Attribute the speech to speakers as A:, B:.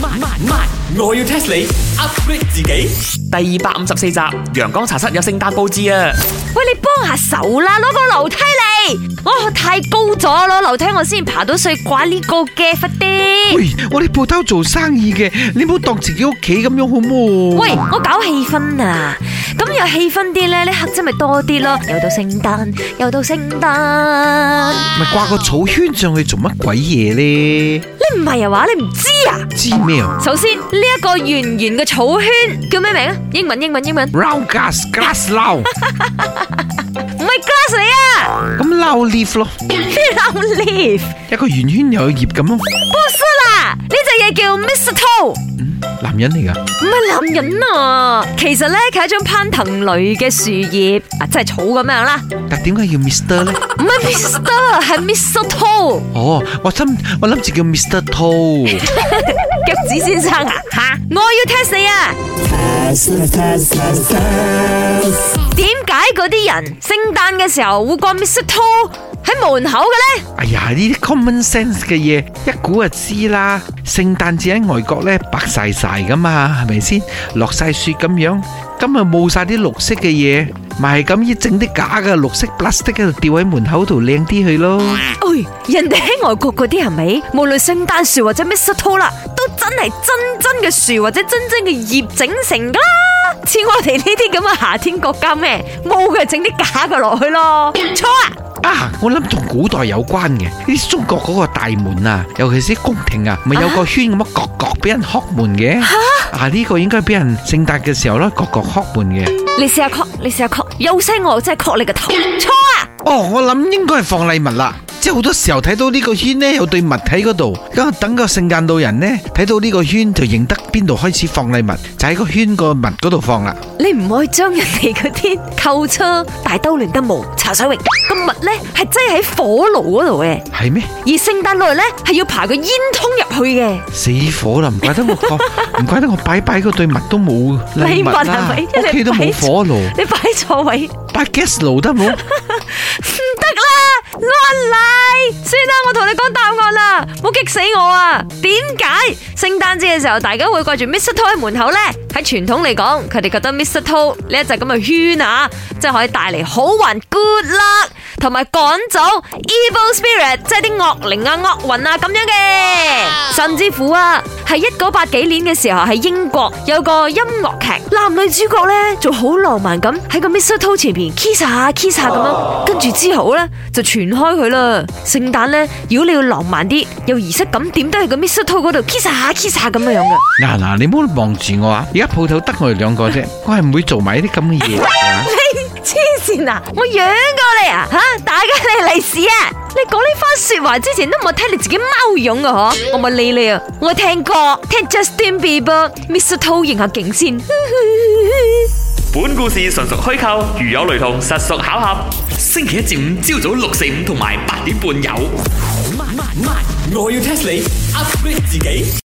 A: 慢慢慢，我要 test 你 upgrade 自己。第二百五十四集，陽光茶室有聖誕佈置啊！
B: 喂，你幫下手啦，攞個樓梯嚟，我太高咗咯，樓梯我先爬到水掛呢個嘅，快啲！
C: 喂，啊我哋鋪頭做生意嘅，你唔好當自己屋企咁樣好冇？
B: 喂，我搞氣氛啊，咁有氣氛啲咧，呢客真咪多啲咯，又到聖誕，又到聖誕，
C: 咪掛個草圈上去做乜鬼嘢咧？
B: 你唔係啊話你唔知啊？
C: 知咩啊
B: 首先呢一個圓圓嘅草圈叫咩名啊？英文英文英文，
C: ？Round glass glass round，
B: 唔係 glass 嚟啊
C: 咁 round leaf 咯，
B: ，round leaf，
C: 一個圓圈又有葉咁咯。
B: 不是啦，呢隻嘢叫 mistletoe。
C: 嗯，男人嚟噶，
B: 唔係男人啊，其實咧佢係一張攀藤類嘅樹葉啊，即係草咁樣啦，
C: 但點解要 Mr 咧？
B: 唔係 Mister 係 Mistletoe
C: 哦，我心我諗住叫 Mr Toe。
B: 腳趾先生啊吓，我要 test 你啊！點解嗰啲人聖誕嘅時候會掛 Mistletoe 喺門口嘅咧？
C: 哎呀，呢啲 common sense 嘅嘢一估就知啦。聖誕節喺外國呢，白晒晒噶嘛，係咪先？落晒雪咁樣，今日冇晒啲綠色嘅嘢，咪係咁要整啲假嘅綠色 plastic 喺度吊喺門口度靚啲去咯。
B: 哎，人哋喺外國嗰啲係咪？無論聖誕樹或者 mistletoe 啦，都真係真真嘅樹或者真真嘅葉整成噶啦，似我哋呢啲咁嘅夏天國家咩？冇嘅整啲假嘅落去咯，錯啊！
C: 啊，我諗同古代有關嘅，呢啲中國嗰個大門啊，尤其是啲宮廷啊，咪有個圈咁樣角角俾人敲門嘅。啊，呢、個應該俾人聖誕嘅時候咯，角角敲門嘅。
B: 你試下 c 你試下 c 有聲我真係 c 你個頭，錯啊！
C: 哦，我諗應該係放禮物啦，即係好多時候睇到呢個圈呢，有對物喺嗰度，咁啊等個聖誕老人呢，睇到呢個圈就認得邊度開始放禮物，就喺個圈個物嗰度放啦。
B: 你唔可以將人哋嗰啲購車大兜亂得毛茶水榮個物咧係擠喺火爐嗰度嘅，
C: 係咩？
B: 而聖誕老人咧係要爬個煙囪入去嘅。
C: 死火啦！唔怪得我 放，唔怪得我擺擺嗰對物都冇禮
B: 禮
C: 物
B: 物係
C: 啦
B: 咪，
C: 屋企都冇火爐，
B: 你擺錯位。
C: 擺 gas 爐得冇？
B: 唔得啦，亂嚟！算啦，我同你講答案啦，冇激死我啊！點解聖誕節嘅時候大家會掛住 mistletoe 喺門口呢？喺傳統嚟講，佢哋覺得 mistletoe 呢一隻咁嘅圈啊，即係可以帶嚟好運 good luck，同埋趕走 evil spirit，即係啲惡靈啊、惡魂啊咁樣嘅。甚至乎啊，係一九八幾年嘅時候喺英國有個音樂劇，男女主角呢就好浪漫咁喺個 mistletoe 前邊 kiss 下 kiss 下咁樣，跟住之後呢就傳開佢啦。聖誕呢，如果你要浪漫啲，有儀式感，點都係個 mistletoe 嗰度 kiss 下 kiss 下咁樣樣嘅。
C: 嗱嗱，你唔好望住我啊！而家鋪頭得我哋兩個啫，我係唔會做埋呢啲咁嘅嘢啊㗎。
B: 你黐線啊！我養過你啊吓，大家你利是啊！你講呢番說話之前都冇聽你自己貓勇噶嗬，我咪理你啊！我聽歌，聽 Justin Bieber、Mr. To 迎下景先。
D: 本故事純屬虛構，如有雷同，實屬巧合。
A: 星期一至五朝早六四五同埋八點半有。慢慢慢，我要 test 你 upgrade 自己。